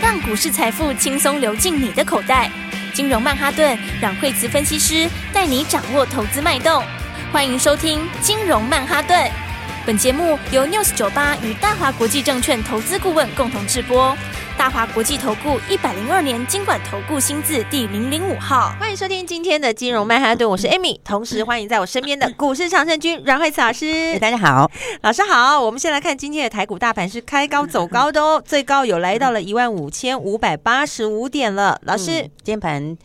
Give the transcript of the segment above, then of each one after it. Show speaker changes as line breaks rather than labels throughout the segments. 让股市财富轻松流进你的口袋。金融曼哈顿让惠慈分析师带你掌握投资脉动。欢迎收听《金融曼哈顿》，本节目由 News 九八与大华国际证券投资顾问共同制播。大华国际投顾一百零二年经管投顾新字第零零五号。
欢迎收听今天的金融曼哈顿，我是 Amy，同时欢迎在我身边的股市常胜军阮慧慈老师。
哎大家好，
老师好，我们先来看今天的台股大盘是开高走高的哦，最高有来到了一万五千五百八十五点了。老师、，
嗯嗯今天盘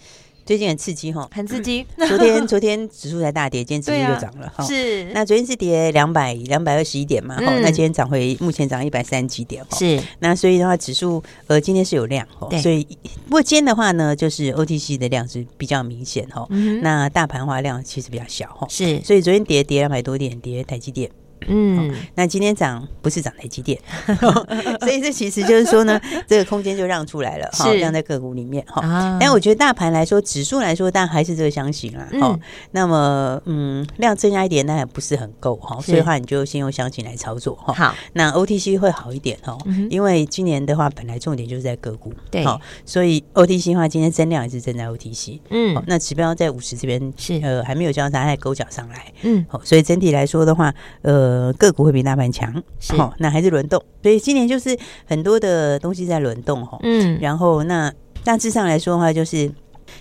最近很刺激哈
很刺激，
昨天昨天指数才大跌，今天指
对啊
数就涨了哈。
是
那昨天是跌两百两百二十一点嘛，哈、
嗯
那今天涨回目前涨一百三十几点哈。
是
那所以的话，指数呃今天是有量哈
对，
所以不过今天的话呢，就是 OTC 的量是比较明显哈、
嗯哼
那大盘的话量其实比较小哈，
是
所以昨天跌跌两百多点，跌台积电。
嗯
那今天涨不是涨台 积电， 所以这其实就是说呢，这个空间就让出来了哈，
是
让在个股里面哈。
啊
哎但我觉得大盘来说，指数来说，但还是这个箱型啦。
嗯
哦，那么嗯，量增加一点，那还不是很够哈，
是
所以的话你就先用箱型来操作哈。
好
那 OTC 会好一点哦，
嗯哼
因为今年的话，本来重点就是在个股，
对
好，所以 OTC 的话，今天增量也是增在 OTC，
嗯
好，那指标在五十这边
是
呃还没有交叉在勾脚上来，
嗯
好、所以整体来说的话，呃，个股会比大盘强，
是
哦，那还是轮动，所以今年就是很多的东西在轮动哈、哦
嗯
然后那大致上来说的话，就是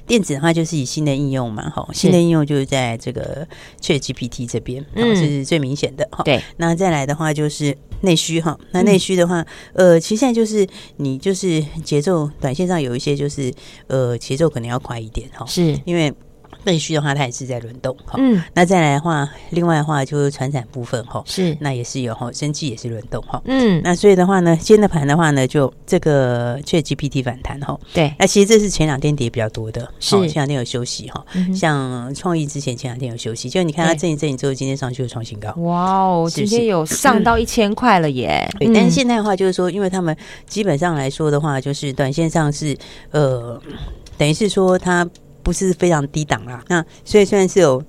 电子的话，就是以新的应用嘛，哈、新的应用就是在这个 Chat GPT 这边，哦
嗯
这是最明显的哈、
对，嗯
那再来的话就是内需哈，那内需的话，呃，其实现在就是你就是节奏，短线上有一些就是呃节奏可能要快一点哈、
是
因为内需的话，它也是在轮动哈。
嗯
那再来的话，另外的话就是传产部分哈，
是
那也是有哈，生技也是轮动哈。
嗯
那所以的话呢，今天的盘的话呢，就这个 ChatGPT 反弹哈。
对
那其实这是前两天跌比较多的，
是
齁前两天有休息哈。
嗯哼
像创意之前前两天有休息，就你看它
对
震一震之后，今天上去又创新高。
哇哦，
是
今
是
天有上到一千块了耶！
对，但是
嗯
现在的话，就是说，因为他们基本上来说的话，就是短线上是呃，等于是说它不是非常低档啦。那所以虽然是有。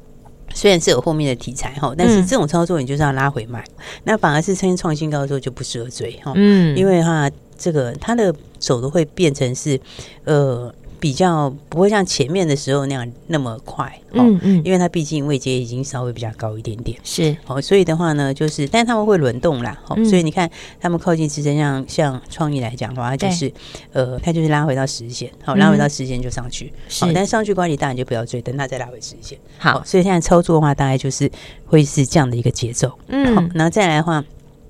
虽然是有后面的题材哈，但是
嗯
这种操作你就是要拉回买，那反而是趁创新高的时候就不适合追哈，
嗯
哦因为哈这个它的走的会变成是呃比较不会像前面的时候那样那么快哈，
嗯嗯
哦因为它毕竟位阶已经稍微比较高一点点。
是
哦，所以的话呢，就是，但他们会轮动啦，哦，
嗯
所以你看他们靠近支撑，像像创意来讲的话，它就是，呃，它就是拉回到十线，
嗯
好、拉回到十线就上去，
是
好、但上去管理当然就不要追，等它再拉回十线，
好
所以现在操作的话，大概就是会是这样的一个节奏，
嗯
好然后再来的话，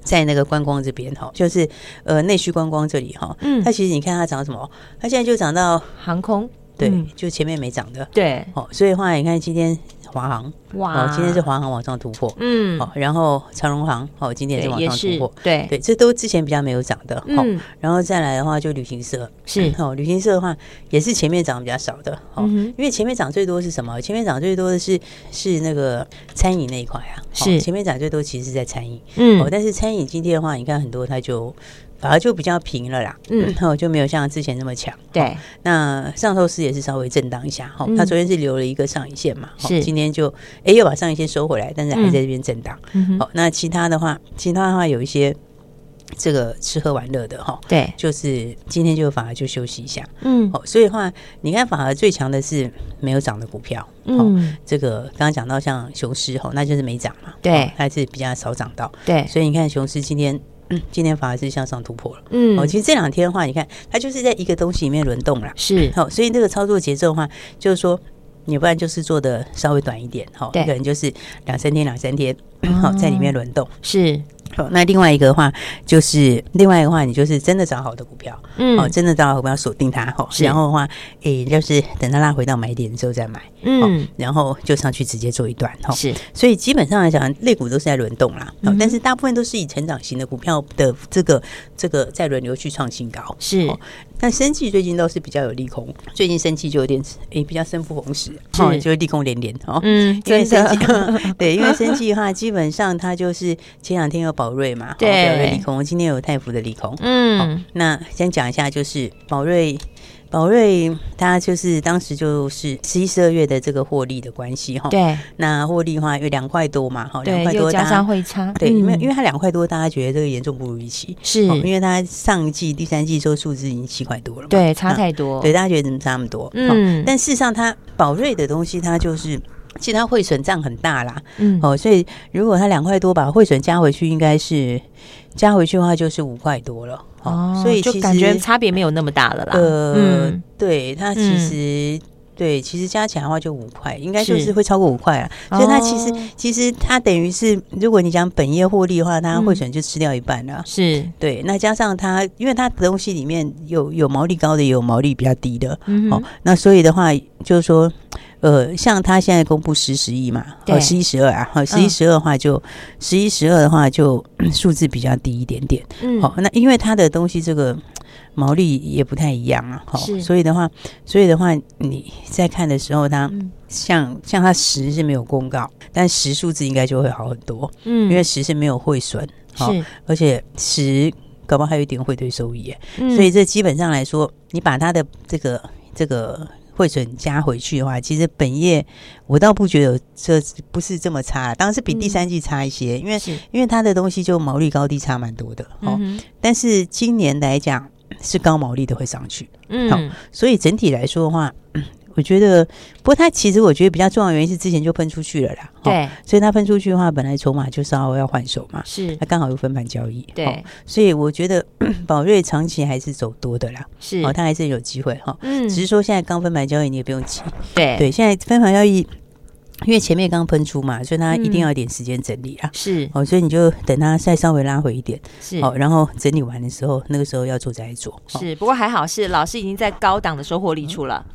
在那个观光这边哈、哦，就是呃内需观光这里哈，哦
嗯
它其实你看它涨什么，它现在就涨到
航空
对，
嗯
就前面没涨的，
对
哦，所以的话你看今天华航，
哇
哦，今天是华航往上突破，
嗯
哦，然后长荣行哦，今天也
对
是往
也
上突
是
破，
对
对，这都之前比较没有涨的，哦，
嗯
然后再来的话就旅行社
是
哦，旅行社的话也是前面涨比较少的，哦，
嗯哼
因为前面涨最多是什么？前面涨最多的是是那个餐饮那一块啊，哦
是
前面涨最多其实是在餐饮，哦，
嗯
但是餐饮今天的话，你看很多它就反而就比较平了啦，
嗯，
哦，就没有像之前那么强，
对
那上寿司也是稍微震荡一下哈，
嗯
它昨天是留了一个上影线嘛，齁
是
今天就哎又把上影线收回来，但是还在这边震荡。
嗯哼
好，那其他的话，其他的话有一些这个吃喝玩乐的哈，齁
对
就是今天就反而就休息一下。
嗯
哦，所以的话，你看反而最强的是没有涨的股票，齁，
嗯
这个刚刚讲到像雄狮哈，齁那就是没涨嘛，
对
齁它是比较少涨到，
对
所以你看雄狮今天。嗯今天反而是向上突破了、
嗯
哦。其实这两天的话，你看它就是在一个东西里面轮动啦。
是
好、所以这个操作节奏的话，就是说。你不然就是做的稍微短一点，好、
对哦
可能就是两三天、两三天，好、在里面轮动。
是
好、那另外一个的话，就是另外一个话，你就是真的找好的股票，
嗯
哦，真的找好的股票锁定它，好、
是
然后的话，诶、就是等它拉回到买点之后再买，齁
嗯
然后就上去直接做一段，哦好、
是
所以基本上来讲，类股都是在轮动啦，好、
嗯哼
但是大部分都是以成长型的股票的这个这个在轮流去创新高，
是
哦但生气最近倒是比较有利空，最近生气就有点诶、比较生不逢时，
是
哦，就是利空连连哦。
嗯
因
真
为生
的
气， 对，因为生气的话，基本上它就是前两天有宝瑞嘛，哦
对
宝瑞利空，今天有泰福的利空。哦
嗯
那先讲一下，就是宝瑞，宝瑞它就是当时就是十一、十二月的这个获利的关系哈，
对
那获利的话有两块多嘛，哈，两
对，
块
又
多
加
大
上
家。
汇差，
对，因为因
为
为它两块多，大家觉得这个严重不如预期，
是
哦，因为它上一季、第三季收数字已经七块多了嘛，
对差
那
太多，
对，大家觉得怎么差那么多？嗯，
嗯，
但事实上它宝瑞的东西，它就是其实它汇损账很大啦，
嗯
哦，所以如果它两块多把汇损加回去，应该是加回去的话就是五块多了，所以
哦就
其
感觉
实
差别没有那么大了啦，
呃，
嗯
对，它其
嗯
实、对，其实加起来的话就五块，应该就是是会超过五块啊。所以它其实、
哦
其实它等于是，如果你讲本业获利的话，它
嗯
汇损就吃掉一半了、
是，
对，那加上它，因为它的东西里面有有毛利高的，也有毛利比较低的。
嗯
哦
哼，
那所以的话，就是说，呃，像他现在公布十十亿嘛，
对嗯
哦，十一十二啊，好，十一十二的话就十一十二的话就 数字比较低一点点。
嗯
好、那因为它的东西这个毛利也不太一样啊，好、
是
所以的话，所以的话，你在看的时候，它
嗯
像像它十是没有公告，但十数字应该就会好很多，
嗯
因为十是没有汇损，好
是，
而且十搞不好还有一点汇兑收益啊耶、
嗯
所以这基本上来说，你把它的这个这个汇损加回去的话，其实本业我倒不觉得有这不是这么差，啊当然是比第
嗯
三季差一些，因为
是
因为它的东西就毛利高低差蛮多的哦。
嗯哼
但是今年来讲是高毛利的会上去，好
嗯
所以整体来说的话。 我觉得，不过它其实我觉得比较重要的原因是之前就喷出去了啦，哦，
对
所以它喷出去的话，本来筹码就是要要换手嘛，
是
它刚好又分盘交易，呃哦
对
所以我觉得 宝瑞长期还是走多的啦，
是
哦，它还是有机会哈、哦
嗯
只是说现在刚分盘交易，你也不用急。
对
对，现在分盘交易，因为前面刚喷出嘛，所以它一定要一点时间整理啊。
是
哦，所以你就等它再稍微拉回一点，
嗯是
哦，然后整理完的时候，那个时候要做再做。哦、
是，不过还好是老师已经在高档的收获利出了，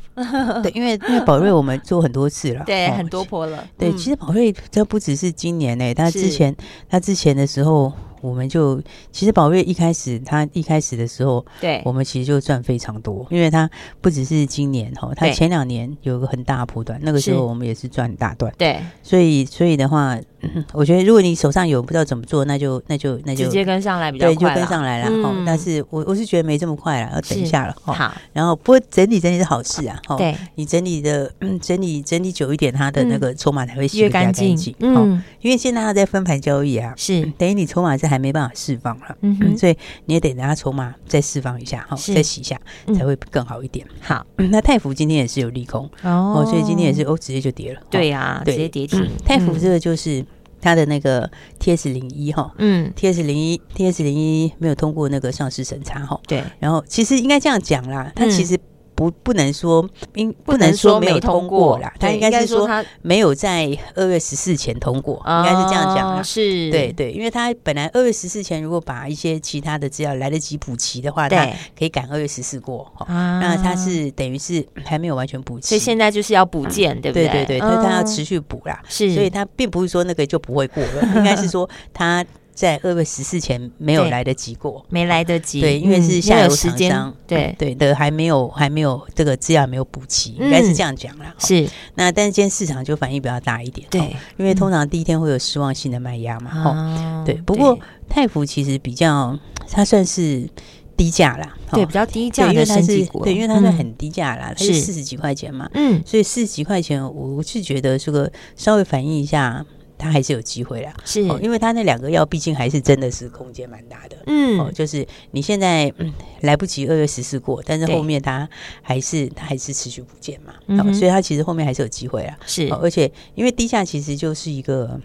对，因为因为宝瑞我们做很多次了，
对
哦
很多。波了，
对，
嗯
其实宝瑞这不只是今年呢、欸它
是
之前它之前的时候，我们就其实宝瑞一开始它一开始的时候，
对
我们其实就赚非常多，因为它不只是今年哈，它
对
前两年有一个很大的波段，那个时
是
候我们也是赚大段，
对
所以所以的话，嗯我觉得如果你手上有不知道怎么做，那就那就那就
直接跟上来比较
对就
快
跟
了，
上来啦。
嗯
哦，但是我我是觉得没这么快啦，要等一下了哦。
好
然后不过整理整理是好事啊，哦，
对嗯
你整理的嗯整理整理久一点，它的那个筹码才会洗得
越
比较
干净
净，哦，
嗯
因为现在它在分盘交易啊，
是
等于你筹码是还没办法释放了。
嗯
嗯，
哼
所以你也得等它筹码再释放一下，哈，
是
再洗一下，
嗯
才会更好一点。嗯
好
那泰福今天也是有利空哦，所以今天也是哦，直接就跌了。
对
哦，
呀，直
对
接跌停
泰福
嗯
这个就是它的那个 T S 零一哈
嗯
，T S 零一 T S 零一没有通过那个上市审查哈，
对
然后其实应该这样讲啦，它
嗯
其实。不，不能说，应不能说没有通过啦，它
对
应该是说
它
没有在二月十四前通过，应该是这样讲
哦
啦。
是
对对，因为它本来二月十四前，如果把一些其他的资料来得及补齐的话，它
对
可以赶二月十四过。哦
啊
那它是等于是还没有完全补齐，
所以现在就是要补件，对不
对
对
对对，它它要
嗯
持续补啦，
是，
所以它并不是说那个就不会过了，应该是说它在二月十四前没有
对
来得及过。
没来得及，
对，因为
嗯
是
没
下
有
游
时
厂
间
商，，
对，
对的，还没有还没有这个资料还没有补齐，应该是这样讲啦。哦
嗯是，
那但是今天市场就反应比较大一点，哦
对，嗯
因为通常第一天会有失望性的卖压嘛，哦，
啊
对。不过泰福其实比较，它算是低价啦，哦
对比较低
对
价
因为
的
它
升
是
级股，
对，因为它是
嗯
很低价啦，它是
是
四十几块钱嘛，
嗯
所以四十几块钱，我是觉得这个稍微反映一下，它还是有机会啦。
嗯是
哦，因为它那两个药，毕竟还是真的是空间蛮大的。哦，
嗯
就是你现在、嗯来不及二月十四过，但是
对
后面它还是它还是持续不见嘛，
嗯
哦，
哼
所以它其实后面还是有机会啊。
是
哦，而且因为低价其实就是一个。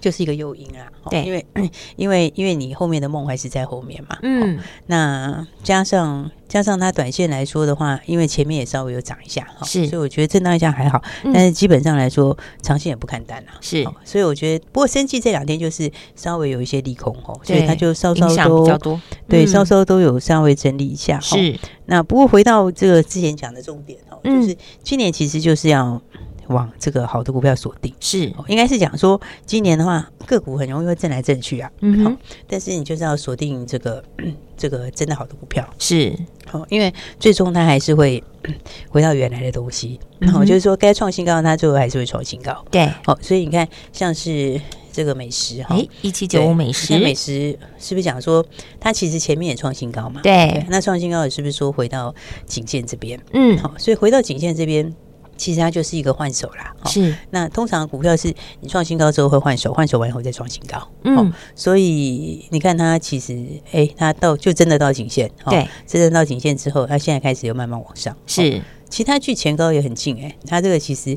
就是一个诱因啦，哦
对
因为 因为因为你后面的梦还是在后面嘛，哦，
嗯
那加上加上它短线来说的话，因为前面也稍微有涨一下，哈，
是
所以我觉得震荡一下还好，
嗯
但是基本上来说，长线也不看淡啦。
是
好所以我觉得，不过生计这两天就是稍微有一些利空哦，所以
对
它就稍
影
稍
响比较
都
多，
对
嗯
稍稍都有稍微整理一下。哦，
是
那不过回到这个之前讲的重点哦，
嗯
就是今年其实就是要往这个好的股票锁定。
是
哦应该是讲说，今年的话，个股很容易会震来震去啊。
嗯
好
哼，
但是你就是要锁定这个 这个真的好的股票，
是
好、因为最终它还是会 回到原来的东西。哦
嗯
好、
哼
就是说该创新高，它最后还是会创新高。哦
对
好、所以你看，像是这个美食哈。
哎，一七九五美
那美
食，
食是不是讲说它其实前面也创新高嘛？
对，
那创新高也是不是说回到颈线这边？
嗯，
好、所以回到颈线这边，其实它就是一个换手啦。好
是，
那通常股票是你创新高之后会换手，换手完以后再创新高。
嗯，
所以你看它其实，哎、它到就真的到颈线，哦
对，
真的到颈线之后，它现在开始又慢慢往上。哦，
是，
其实它距前高也很近、哎，它这个其实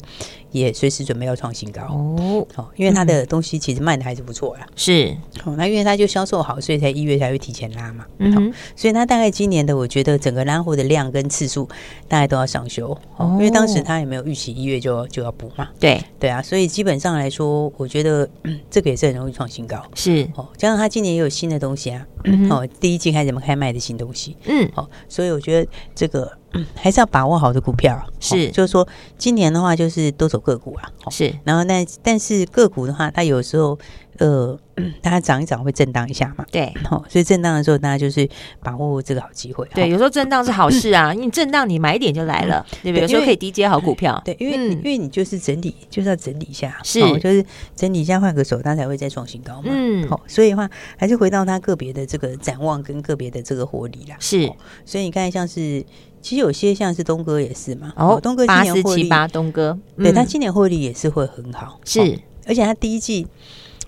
也随时准备要创新高。
哦，
哦，因为它的东西其实卖的还是不错啦。
是，
哦，那因为它就销售好，所以才一月才会提前拉嘛。
嗯
好
哼，
所以它大概今年的，我觉得整个拉货的量跟次数大概都要上修，
哦
哦、因为当时它也没有预期一月就就要补嘛，
哦
对，
对啊，所以基本上来说，我觉得、 嗯这个也是很容易创新高
是，
哦。加上它今年也有新的东西啊，
嗯哼，
哦，第一季开始开卖的新东西，
嗯，
哦，所以我觉得这个、 嗯还是要把握好的股票啊，哦
是
就是说今年的话就是多走个股啊，哦、
是，
然后那但是个股的话，它有时候呃， 嗯它涨一涨会震荡一下嘛，
对，
好、所以震荡的时候，大家就是把握这个好机会。
对，
哦
有时候震荡是好事啊，你震荡你买点就来了，对不对？
对
有时候
因为
可以低接好股票，
对，因为、
嗯
因为你就是整理，就是要整理一下，哦
是
就是整理一下换个手，它才会再创新高嘛。
嗯
好、所以的话还是回到它个别的这个展望跟个别的这个活力啦。哦
是
所以你看，像是其实有些像是东哥也是嘛，
哦，
东哥今
八
年
四
获
七
利，
八东哥，
对
嗯
他今年获利也是会很好，哦
是，
而且他第一季，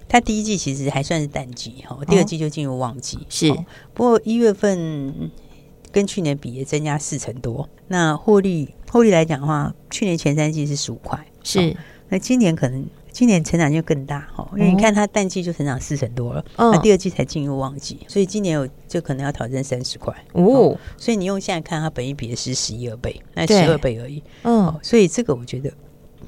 他第一季其实还算是淡季哈，
哦
第二季就进入旺季。
是
哦不过一月份嗯跟去年比也增加四成多。那获利获利来讲的话，去年前三季是十五块，
是，
那今年可能今年成长就更大哈，哦因为你看它淡季就成长四成多了，
嗯
那第二季才进入旺季，所以今年有就可能要挑战三十块。
哦，
所以你用现在看，它本益比也是十一二倍，那十
对
二倍而已。
嗯
所以这个我觉得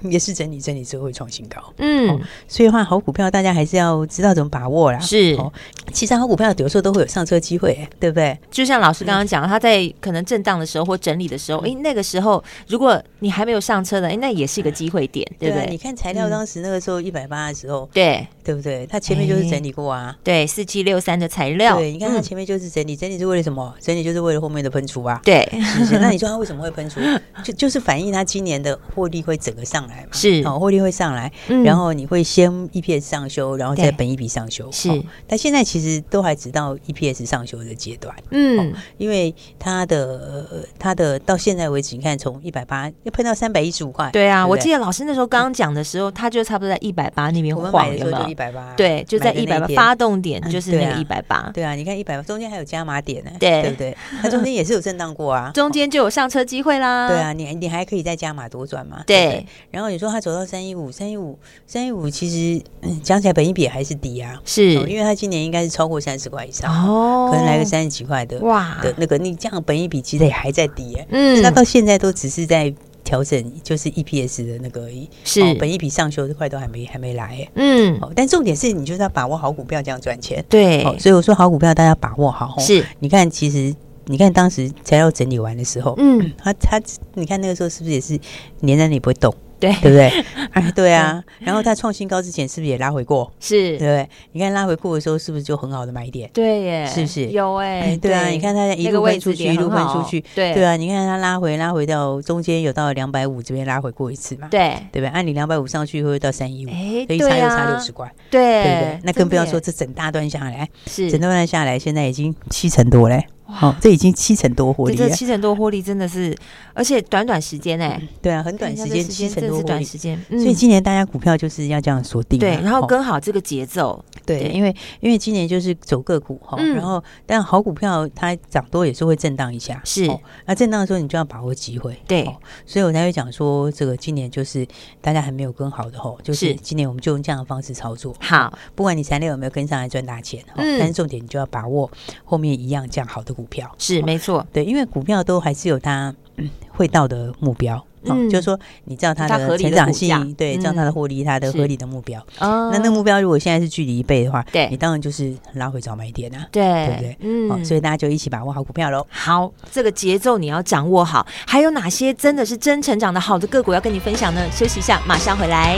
也是整理整理之后会创新高。
嗯，
所以的话，好股票大家还是要知道怎么把握啦。
是
哦，其实好股票有时候都会有上车机会，对不对？
就像老师
嗯
刚刚讲，他在可能震荡的时候或整理的时候，哎，那个时候如果你还没有上车的，哎，那也是一个机会点，对嗯不
啊
对？
你看材料当时那个时候一百八的时候，
对
对不对？它前面就是整理过啊。
对，四七六三的材料，
对，你看它
嗯
前面就是整理，整理是为了什么？整理就是为了后面的喷出 啊。
对，
是不是？那你说它为什么会喷出？就就是反映它今年的获利会整个上来嘛？
是
哦，获利会上来，
嗯
然后你会先 EPS 上修，然后再
对
本一笔上修。
是
哦但现在其实都还只到 EPS 上修的阶段。
嗯，
因为它的呃它的到现在为止，你看从一百八要喷到三百一十五块，
对啊，
不
我记得老师那时候刚刚讲的时候，他就差不多在一百八那边
我们
晃，
买的
有
时
没
候就一
有？
百八，
对，就在
买的
一
那
百
一
八
天
发动点，就是
对
那
啊
个一百八，
对啊，你看一百八中间还有加码点呢，
对
对不对？它中间也是有震荡过啊，
中间就有上车机会
嗯
啦。
对，啊，你你还可以再加码多赚嘛，不
对，
然后你说它走到三一五，三一五，三一五其实嗯讲起来本益比还是低啊，哦
是，
因为它今年应该是超过三十块以上，
哦
可能来个三十几块的
哇，
的那个，你这样本益比其实也还在低耶，
嗯
那，到现在都只是在调整，就是 EPS 的那个而已。
是，
哦、本一比上修这块都还没还没来耶、
嗯，
哦，但重点是你就是要把握好股票这样赚钱。
对，
哦，所以我说好股票大家把握好。哦、，
是，
你看其实你看当时材料整理完的时候，
嗯，
它它你看那个时候是不是也是粘在那里不会动，
对
对不对？哎，对啊。然后它创新高之前是不是也拉回过？对
是，
不对？你看拉回过的时候是不是就很好的买点？
对耶，
是不是
有哎，
对啊，你看它一
那个
路
位
喷
置
出去，
点
一路
很
喷
好
出去，
对
对啊，你看它拉回拉回到中间有到两百五这边拉回过一次嘛，
对，
对不对？按你两百五上去会不会到三一五，
哎，
嗯所以差
对
又差
啊
六十，块，对不对
对？，
那更不要
真
说
的耶
这整大段下来，整
是，
大段下来，现在已经七成多嘞，哦，这已经七成多获
这
利
这
了，
七成多获利真的是，而且短短时间哎，
对啊，很短时
看一
间
下这
七成
真的
多
是
获
短
利。
时间，
所以
嗯，
今年大家股票就是要这样锁定啊，
对，然后
哦
跟好这个节奏，
对，因为因为今年就是走个股哈，
嗯
然后但好股票它涨多也是会震荡一下，
是
哦那震荡的时候你就要把握机会，
对
哦所以我才会讲说这个今年就是大家还没有跟好的吼，就是
是
今年我们就用这样的方式操作，
好，
不管你材料有没有跟上来赚大钱，哦
嗯
但是重点你就要把握后面一样这样好的股票。
是
哦
没错，
对，因为股票都还是有它嗯会到的目标，哦
嗯
就是说你知道它
它合
的
理的
成长
股价嗯
性，对，知道它的获利，它的
是
合理的目标。
哦
那那个目标如果现在是距离一倍的话，
对
你当然就是拉回早买一点啊。对不
对
对，哦，
嗯，
所以大家就一起把握好股票喽。
好，这个节奏你要掌握好。还有哪些真的是真成长的好的个股要跟你分享呢？休息一下，马上回来。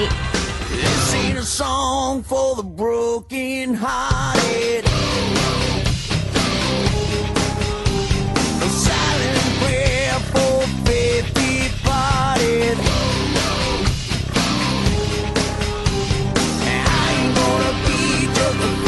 This ain't a song for the broken hearted. A silent prayer for faith departed. I ain't gonna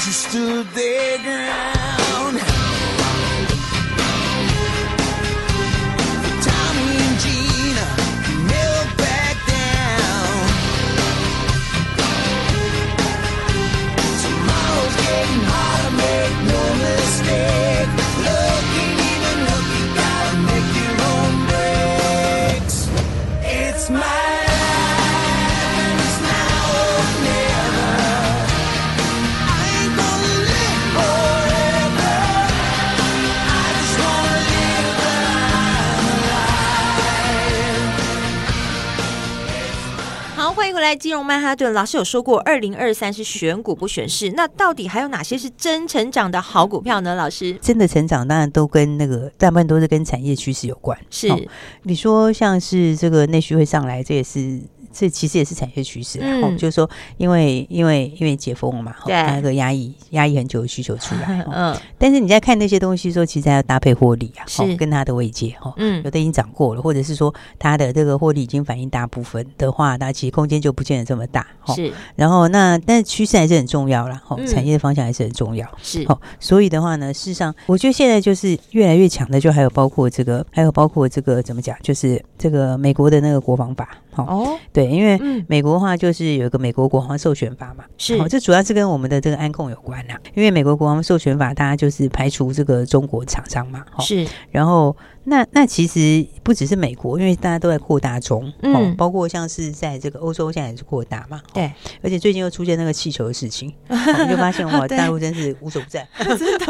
stood their ground. Tommy and Gina never backed down. Tomorrow's getting harder, make no mistake. Love ain't even look, you gotta make your own breaks. It's mine, it's now or never. I ain't gonna live forever. I just wanna live my life.
好，欢迎回来，金融曼哈顿。老师有说过，二零二三是选股不选市，那到底还有哪些是真成长的好股票呢？老师
真的成长当然都跟那个大部分都是跟产业趋势有关。
是、
哦你说像是这个内需会上来，这也是。这其实也是产业趋势啦，
嗯
哦，就是说因，为因为因为解封了嘛，哦
对
那个压抑压抑很久的需求出 来、哦
嗯
但是你在看那些东西的时候，其实还要搭配获利啊，
是
跟它的位阶哈、哦有
嗯，
的已经涨过了，或者是说它的这个获利已经反映大部分的话，那其实空间就不见得这么大。哦
是
然后那但趋势还是很重要啦，哦，
嗯
产业的方向还是很重要。
是
好、所以的话呢，事实上，我觉得现在就是越来越强的，就还有包括这个，还有包括这个怎么讲，就是这个美国的那个国防法，好、
哦，
对，因为
嗯
美国的话就是有一个美国国防授权法嘛，
是
好、这主要是跟我们的这个安控有关啦、因为美国国防授权法，它就是排除这个中国厂商嘛，好、
是
然后那那其实不只是美国，因为大家都在扩大中，
嗯
包括像是在这个欧洲现在也是扩大嘛，哦
对，
而且最近又出现那个气球的事情，我们就发 现哇，
对
大陆真是无所不 在，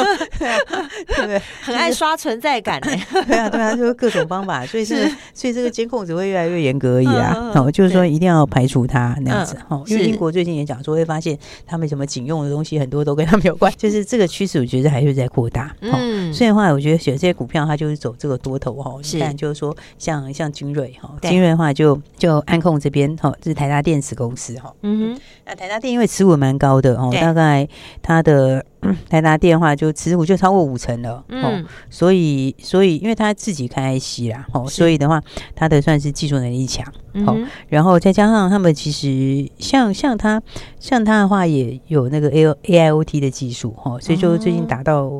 啊真的，
很爱刷存在 感哎、
对 不对？对啊，对啊，就是各种方法，所以这个，所以这个监控只会越来越严格而已
嗯嗯
啊。
嗯
哦，就是说一定要排除它那样子
嗯
哦，因为
是
英国最近也讲说，会发现他们什么警用的东西很多都跟他们有关，就是这个趋势，我觉得还是在扩大。哦
嗯，
所以的话，我觉得选这些股票，它就是走这个多头哈。
是
但就是说像像精锐哈，
对
精锐的话就就安控这边哈，这是台达电子公司哈。
嗯哼，
那台达电因为持股蛮高的哦，
对
大概它的、 嗯台达电的话就持股就超过五成了、哦，
嗯
所以所以因为它自己开 IC 啦，哦，
是
所以的话它的算是技术能力强，
嗯
好
哼，
然后再加上他们其实像像它像它的话也有那个 A A I O T 的技术哦，所以就最近打到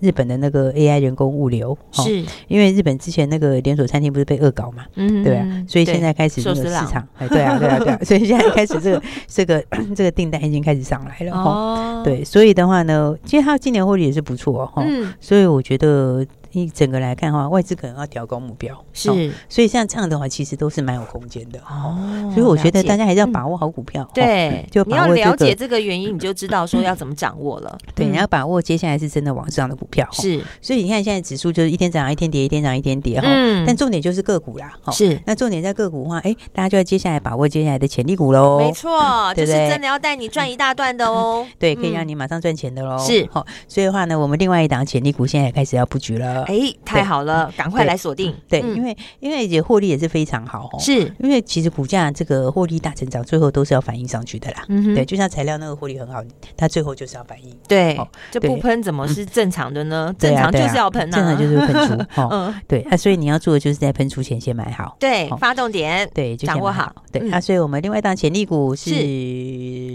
日本的那个 A I 人工物流，哦，
是
因为日本之前那个连锁餐厅不是被恶搞嘛，
嗯，
对啊，所以现在开始
寿
这个
司
市
郎
场，哎，对啊，对啊，对 啊，所以现在开始这个这个这个订单已经开始上来了哈、
哦，
对，所以的话呢，其实它今年获利也是不错哈、
嗯
所以我觉得一整个来看的话，外资可能要调高目标，
是
哦所以像这样的话，其实都是蛮有空间的。
哦
所以我觉得
了解嗯
大家还是要把握好股票，哦
对，
就
你要
把握
了
这
解
个，
这个原因，你就知道说要怎么掌握 了。
对，
嗯
你要把握接下来是真的往上的股票。哦，
是
所以你看现在指数就是一天涨一天跌，一天涨一天跌哈。哦
嗯
但重点就是个股啦，哦
是
那重点在个股的话，哎，大家就要接下来把握接下来的潜力股喽。
没错，就
哦对
是
不对
真的要带你赚一大段的哦。
对，可以
嗯
让你马上赚钱的喽。
是
好、所以的话呢，我们另外一档潜力股现在也开始要布局了。
哎，太好了，赶快来锁定。
对，
嗯
因为因为也获利也是非常好哦。，
是，
因为其实股价这个获利大成长，最后都是要反映上去的啦。
嗯哼
对，就像材料那个获利很好，它最后就是要反映。
对
哦，
这
对
不喷怎么是正常的呢？
对
正
啊
常
对
就
啊
是要喷啊，
正常就是会喷 出哦。
嗯，
对，啊，所以你要做的就是在喷出前先买好。
对
好，
发动点，
对，就先
掌握
买
好。
对、
嗯
啊，所以我们另外一档潜力股是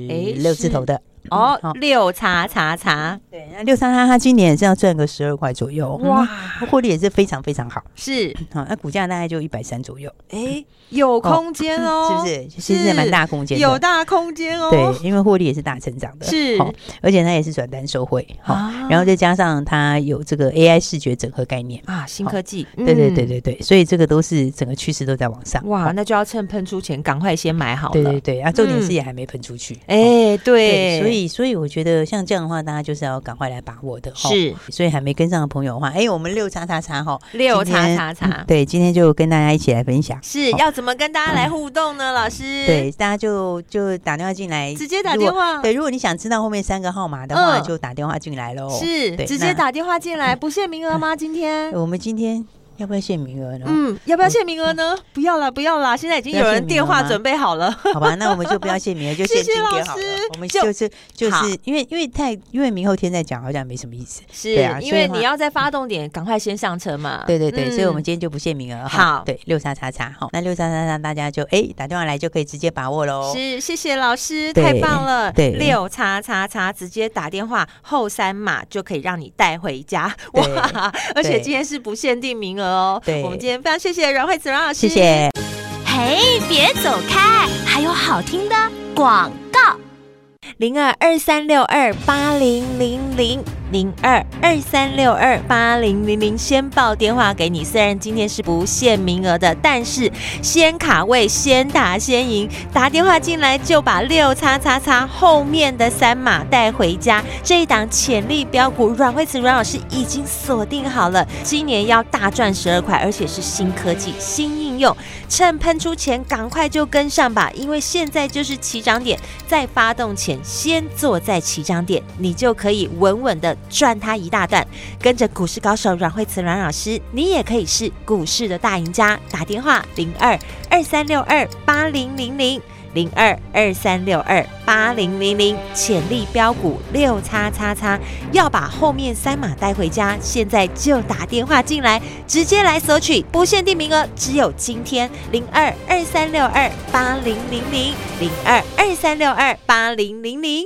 诶
六字
是
头的。
哦
嗯好，
六叉叉叉
对，那六三三它今年也是要赚个十二块左右，哇，获利也是非常非常好。
是，
好、那股价大概就一百三左右，
哎，有空间哦，
哦是不是？其实也蛮大空间的，
有大空间哦，
对，因为获利也是大成长的，
是
好而且它也是转单收回，好、
啊
然后再加上它有这个 AI 视觉整合概念，
啊，新
好
科技，
对对对
嗯
对对，所以这个都是整个趋势都在往上，
哇，
好
那就要趁喷出前赶快先买好
对
了
对。对，啊，重点
嗯
是也还没喷出去，好。
哎，对，
对，所以所以我觉得像这样的话，大家就是要赶快来把握的哈。
是
所以还没跟上的朋友的话，哎，我们六叉叉叉哈，
六
今天
叉叉叉
嗯对，今天就跟大家一起来分享。
是
好
要怎么跟大家来互动呢？老师，
对，，大家就就打电话进来，
直接打
如果
电话
对，如果你想知道后面三个号码的话，
嗯
就打电话进来喽。
是
对
直接。
那嗯哎
打电话进来，不限名额吗？今天
我们今天要不要限名额呢？
嗯，要不要限名额呢？
嗯
不要啦，不要啦，现在已经有人电话准备好了。
好吧，那我们就不要限名 额，就
谢
限
谢
金
老
给好了
师。
我们
就
就是就
好
是因为因为太因为明后天再讲好像没什么意思。
是、
对啊
因
所以
为
的话
你要在发动点，赶快先上车嘛。
对对对，所以我们
嗯
今天就不限名额
好
对，六叉叉叉好，那六叉叉叉大家就哎、打电话来就可以直接把握喽。
是，谢谢老师，
哦对
太棒了！
对
六叉叉叉，直接打电话后三码就可以让你带回家
对
哇！而且
对
今天是不限定名额哦。
对
我们今天非常谢谢阮慧慈阮老师，
谢谢。
嘿，别走开，还有好听的广告。
零二二三六二八零零零零二二三六二八零零零，先报电话给你。虽然今天是不限名额的，但是先卡位，先打先赢。打电话进来就把六叉叉叉后面的三码带回家。这一档潜力标股，阮慧慈阮老师已经锁定好了，今年要大赚十二块，而且是新科技、新应用，趁喷出前赶快就跟上吧，因为现在就是起涨点。在发动前先坐在起涨点，你就可以稳稳的赚它一大段。跟着股市高手阮慧慈阮老师，你也可以是股市的大赢家。打电话零二二三六二八零零零零二二三六二八零零零，潜力标股六叉叉叉，要把后面三码带回家，现在就打电话进来，直接来索取，不限定名额，只有今天零二二三六二八零零零零二二三六二八零零零。